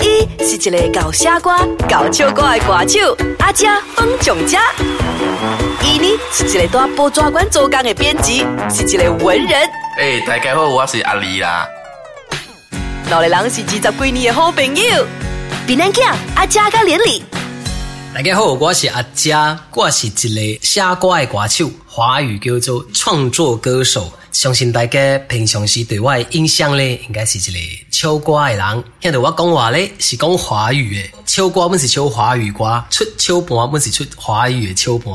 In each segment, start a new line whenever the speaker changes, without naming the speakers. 伊是一个搞傻歌、搞笑歌的歌手，阿姐方强家。伊呢是一个在报纸馆做工的编辑，是一个文人。
诶、大家好，我是阿丽啦。
两个人是二十几年的好朋友。比咱囝阿姐甲连理，
大家好，我是阿佳，我是一个写歌的歌手，华语叫做创作歌手。相信大家平常时对我的印象咧，应该是一个唱歌的人。听到我讲话咧，是讲华语的，唱歌阮是唱华语歌，出唱盘阮是出华语的唱盘。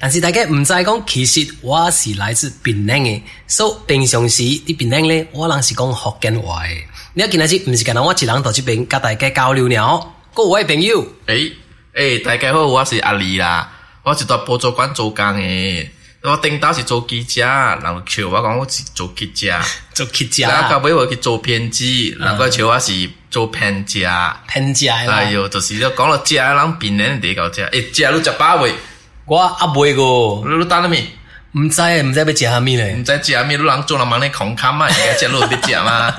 但是大家唔知讲，其实我是来自槟榔的，所以平常时伫槟榔咧，我人是讲福建话的。你今日是唔是干那我一人到这边甲大家交流了哦，各位朋友。
诶、诶、大家好，我是阿丽啦。我是在报纸馆做工诶。我顶头是做记者，人有笑我讲我是做记 者，
做乞
然后到
家、
尾我去做编辑，人个笑我是做编辑。
骗家
嗯哎
啦。
哟，就是咧讲到食的人病人第到食，诶，食你食饱未？
我阿妹个，唔
你你等了咪？
知诶，唔知要食虾米
毋
咧。
知食咩？你人做人忙咧空砍 嘛，人家食你有得食嘛？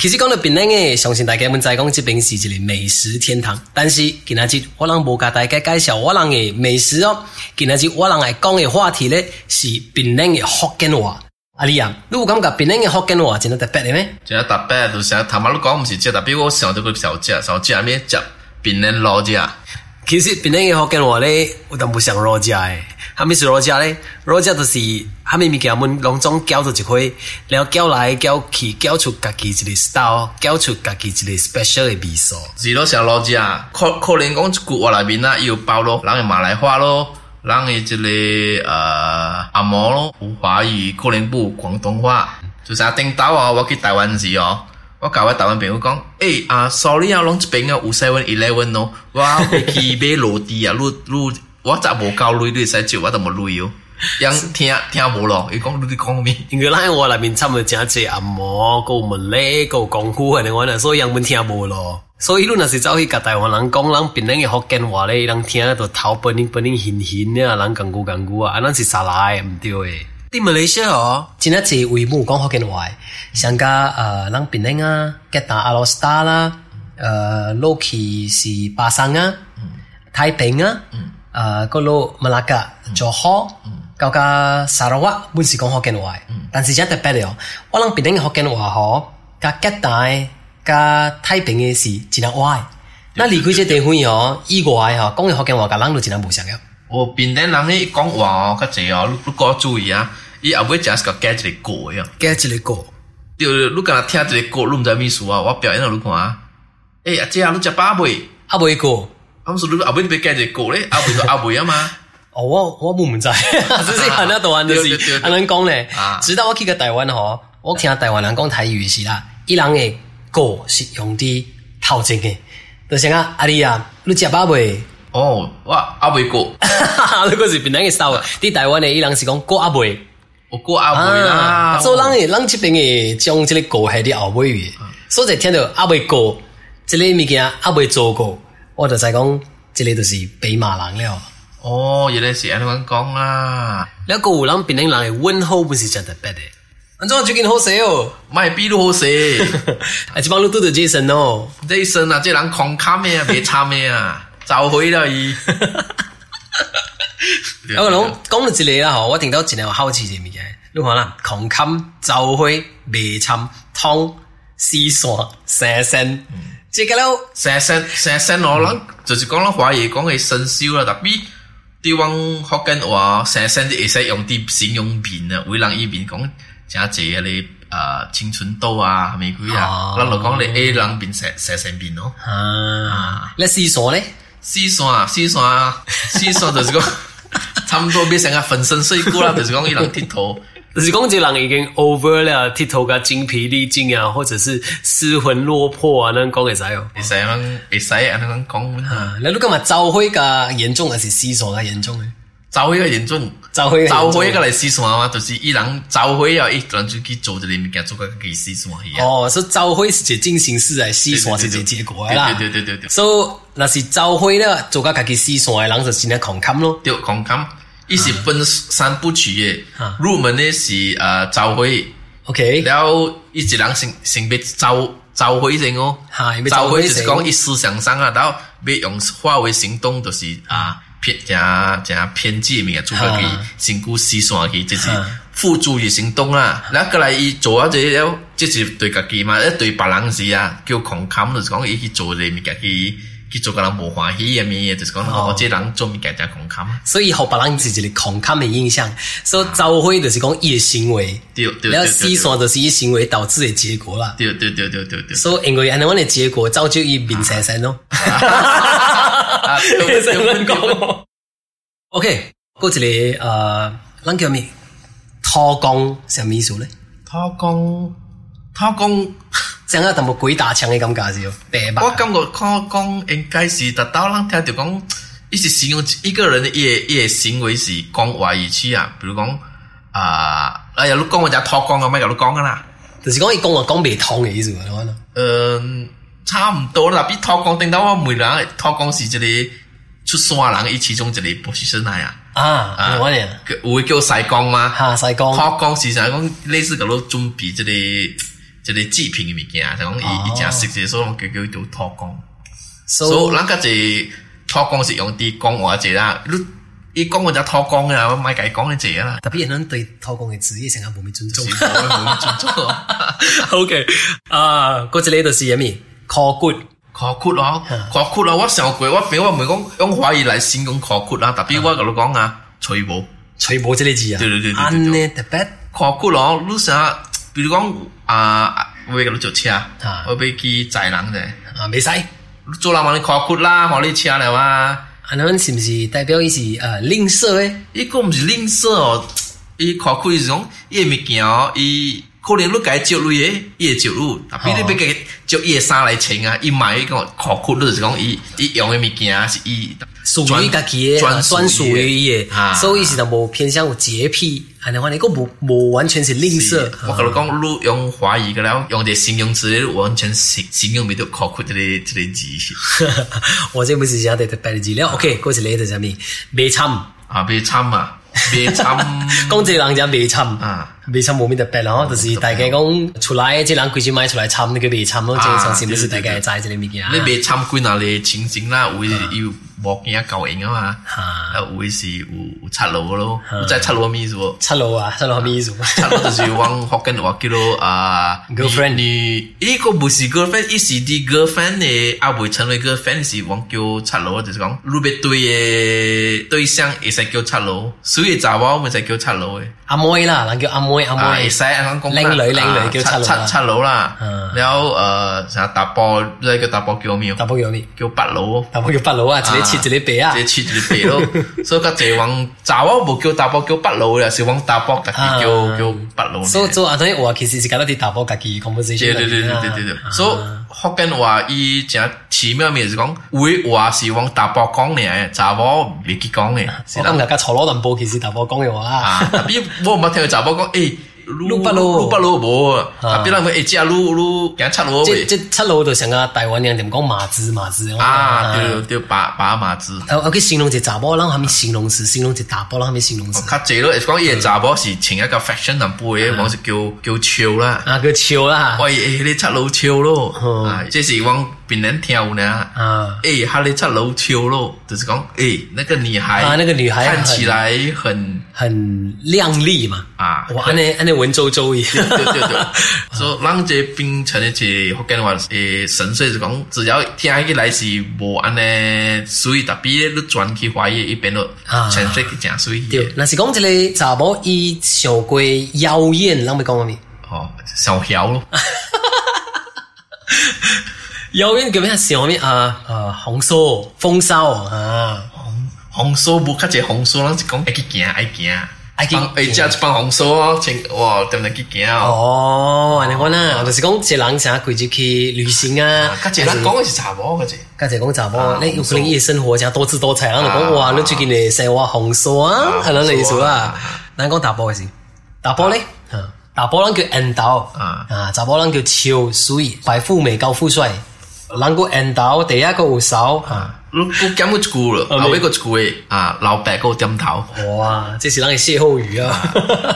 其实讲到槟榔诶，相信大家们知讲这边是一个美食天堂，但是今仔日我人无甲大家介绍我人诶美食哦。今仔日我人来讲诶话题咧是槟榔诶福建话。阿丽啊，你有感觉槟榔诶福建话真系特别诶咩？
即特别就是头毛你讲毋是食，特别我想到佢少食，少食咩食病人老食。
其实槟榔嘅福建话咧，有淡薄像罗家诶。虾米是罗家啊咧？罗家就是虾米物件，阮拢总搅做一块，然后搅来搅去，搅出家己一个 style，搅出家己一个 special 嘅味素。
是咯，上老食，可可能讲一句话内面啊，伊有包咯，人诶马来话咯，人诶一个呃阿毛咯，有华语，可能不有广东话。就是啊，顶头啊，我去台湾时哦，我甲我台湾朋友讲，诶、啊，sorry 啊，拢一边啊有 seven eleven 咯，我要去买落地啊， 你你我咋无交镭，你会使借我都无镭哦。人听听无咯，伊讲你伫讲咩？
因为咱话内面掺了真侪阿摩、有文咧、有功夫诶，另外呢，所以人们听无咯。所以你若是走去甲台湾人讲，咱槟榔嘅福建话咧，人听就头本领本领晕晕啊，人戆古戆古啊，啊，咱是啥来诶，毋对诶。伫马来西亚哦，真啊侪维吾讲福建话的，像甲呃，咱槟榔啊，吉达阿罗斯达啦，呃，洛奇是巴桑啊。太平啊，啊，嗰度馬拉加、佐科，到加沙拉瓦，本是講福建話嘅，但是真係特別嘅哦。我諗邊啲福建話吼，加吉大、加太平嘅是真係歪。那離開這地方哦，以外哦，講嘅福建話，甲咱都真係無相嘅。
哦，平顶人咧讲话哦，较济哦，你你要注意啊，伊后尾真是个加一个过啊。
加一個歌，
对，你敢若听一个歌，你毋知咩事啊？我表演互你看啊。诶、阿姐啊，你食饱未？
阿妹歌，
我说你后尾你别加一个歌咧，阿妹就阿妹啊嘛。
哦，我我冇唔知， 只是很多人就
對對
是
對
很能講咧
啊。
直到我去過台灣吼，我聽台灣人講台語是啦，伊人嘅歌是用啲頭前嘅，就像啊阿你啊，你食飽未？
哦，我阿妹歌，
你嗰是邊人嘅手啊？啲台灣嘅伊人是講歌阿未啊
我歌阿妹啊啦。
所以咱嘅咱即邊嘅將即個歌係啲後尾嘅，
啊
所以就聽到阿未歌，即個物件阿未做過，我就知講，即個就是北馬人了。
哦，原来是安尼样讲啦。
了個有人邊人人嘅温好本是真特別嘅，安怎最近好勢 哦？
卖比你好势，
啊，即幫你拄到 Jason 哦，
这一生啊，这人空卡咩啊，别差咩啊，走回了伊。
啊我講講到即個啦吼，我聽到真有好奇嘅物件，你看啦，狂冚、走火、未參、湯、絲線、蛇身，即個了。
成身成身我人就是讲咱华语讲嘅生肖啦，特别啲往福建话成身啲会使用啲形容片啊，为人伊面讲真济啊你啊青春痘啊玫瑰啊
哦，
咱就讲你 A 人变成成身变咯，
啊，那是啥呢？
四线啊四线啊四线就是 讲差唔多变成个粉身碎骨啦，就是讲伊人剃头。
就是讲这人已经 over 了，剃头个精疲力尽啊，或者是失魂落魄啊，咱讲嘅使哦。
会使安尼会使安尼咁讲啊，
啊，那你干嘛走火噶严重，还是思索噶严重呢？
走起个严重，
走火
走起个嚟四线啊嘛，就是伊人走起啊，伊人就去做一个物件，做个几四线去啊。
哦，所以走火是一个进行式，来思索是一个结果的啦。
对对对对对
所以若是走火了，做到家己思索的人就真系狂砍咯。
对，狂砍，伊是分三部曲的
啊，
嗯入门的是呃召回，
OK，
然后一直人成成被召召回成哦，
係被召
召
回
回
成
就是讲一思想上啊，然后被用化为行动，就是啊偏加加偏激面做个去
啊
成故思想去，就是
啊
付诸于行动啦。然后过来伊做啊这了，这是对家己嘛，一对别人是啊叫狂砍，就是讲伊去做这物件去去做个人无欢喜嘅物，就是讲
哦
哦这人做物件真狂砍，
所以互别人是一个空看的印象，所以召回就是讲伊的行为，
对对对
然后
对
思
对
想就是伊行为导致的结果啦。
对对对对对对。
所以因为安尼阮的结果造就伊面生生咯。
啊對對對對對
OK，过一个呃，咱叫咩？拖工什么意思咧？
他讲，他讲。
真啊，淡薄鬼打墙的感觉是哦，白吧
我？感觉看讲应该是，达到人听到讲，伊是形容一个人的伊的伊的行为是讲话语气啊，比如讲啊、哎呀，你讲我就脱光啊，咪甲你讲噶啦，
就是讲伊讲话讲袂通的意思，我讲
嗯、差唔多啦，比脱光顶到我每人脱光是一个出山人，伊其中一个 position 来啊，
啊，我呢，
个有的叫西光吗？
哈，西讲
脱光是啥讲类似甲你准备一个一个祭品的物件，就讲伊伊正食者，所以讲叫叫做脱光。所以
，so。
咱家是拖光是用啲讲话者啦，你伊讲我就拖光啊，我咪计讲你者啦
特别人对拖工的职业成日无咩尊重
是。冇冇尊重啊
OK，啊，嗰一个就是咩咪？call good，
可哭 咯，可哭咯！我上过，我俾我问讲用华语嚟先讲可哭啦，特别我甲你讲啊，吹冇
吹无这个字啊。
对对对对对
安尼特别
可哭咯。你啥？比如讲啊，我要甲你做车，我要去载人者，
啊，未使。
你做人嘛你可哭啦，我你车嚟哇。
安尼是毋是代表伊是呃吝啬诶？
伊个毋是吝啬哦，伊看开是讲伊诶物件哦，伊可能你家借你诶，伊会借你，但比你
哦
要家借伊诶衫来穿啊，伊买迄个看开你就是讲伊伊用诶物件啊是伊
属于家己诶，啊
专
专属于伊诶，
啊
所以是就无偏向有洁癖。安尼话你个无无完全是吝啬
是。我甲你讲，你用华语个了，用个形容词，你完全形形容袂到看开即个即个字，
啊， 我这不是讲特别的字了。OK，嗰一个就是啥物？未惨，
啊，别惨啊，别 惨
讲这个人就未惨。
啊。
未惨冇咩特别啦，就是大家讲出来，即人规矩买出来参，叫未参咯。
啊
正常是不是大
对
家
对对
会知即个物件？
你袂参观啊？你情形啦，有的有无见啊狗影啊嘛，啊
啊
有的是有有七楼咯，
啊
有知七楼咩意思无？
七楼啊，七楼咩意思？
七楼就是往福建话叫做啊
Girlfriend
你伊个不是 girlfriend，伊是啲 girlfriend 诶，啊未成为 girlfriend 是往叫七楼，就是讲如别对诶对象会使叫七楼，所以查某咪使叫七楼诶。
阿妹啦，人叫阿妹阿
啊，
妹
會，使啊，講
靚女靚女叫七樓啦
七七樓啦
嗯，
然後誒成日打波，即係叫打波叫咩？
大波叫咩？
叫八樓。
大波叫八佬啊，一个切一个白啊
即。切住肥 咯。所以佢就往查某无叫大波叫北佬啦，是往大波特
啊
叫叫北佬。
所以做阿仔話其實是搞到啲大波格嘅 conversation
对对对
裏面
对
啦。
对对对，
啊
所以福建话伊正奇妙面是讲，会话是往大波讲嘅，查某未去講嘅，是
我
啦
諗。大家坐攞輪波，其實大波講嘅話啦。
啊，特別我毋捌聽過查某講，诶，
擼北佬
擼北佬無啊，
啊
特別人講，诶，即下擼擼行七路
即
喂，
即七老就成啊台灣人點講麻子麻子
啊，對對，把把馬子。
呃我我去形容一個查某，咱下面形容詞，形容一個大波，咱下面形容詞。
較濟咯，講伊嘅查某是穿一個 fashion 人背嘅，往是叫叫潮啦。
啊，佢笑啦。
喂，诶，你七老超咯，
哦
啊，这是往别人跳呢。哎
啊，
诶，哈利七楼超咯，就是讲，诶，那个女孩，
啊那个女孩
看起来 很，
很靓麗嘛。
啊
哇，安尼安尼文绉绉 嘅。
对对对，所以咱这槟城的这福建话，诶，纯粹是讲，只要听起来是无安尼水，特别你转去华语一边咯
啊，
纯粹去讲水
對
嘅，，
若是講一個查某伊上過妖豔，咱咪講咩？
哦，小晓咯，
啊妖豔叫咩？上咩啊？啊，紅酥風騷啊。
红红酥无较济红酥，咱是讲爱去行爱行，
爱去
帮诶，加一帮红酥哦，穿哇，点点去行哦。
哦，安尼我啦，就是讲一人啥规矩去旅行啊，
啊，即系咱讲嘅是查某嘅啫，
加一讲查某
啊，
你有可能伊的生活真多姿多彩，人就讲
啊
哇，你最近的生活丰硕啊，
啊
系咱的意思
啊
啦。咱讲查甫嘅事，查甫咧，啊查甫人叫缘投，
啊
啊，查甫人叫潮水，白富美高富帅，人个缘投第一个有手，啊
啊，如果减一句了，
啊
后尾个一句诶，啊，老伯个点头，
哇，这是咱的歇后 语啊！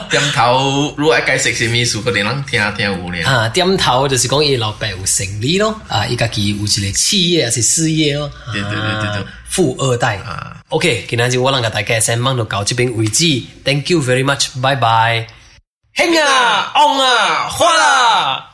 点头，如果要解释什么意思，可能咱听听有咧。
啊，点头就是讲伊老爸有成立咯，啊，伊家己有一个企业还是事业咯，
对对对对对
啊，富二代。
啊
OK，今仔日我能甲大家先忙到到这边为止，Thank you very 啊 much，拜拜。兴啊，旺啊，发啦！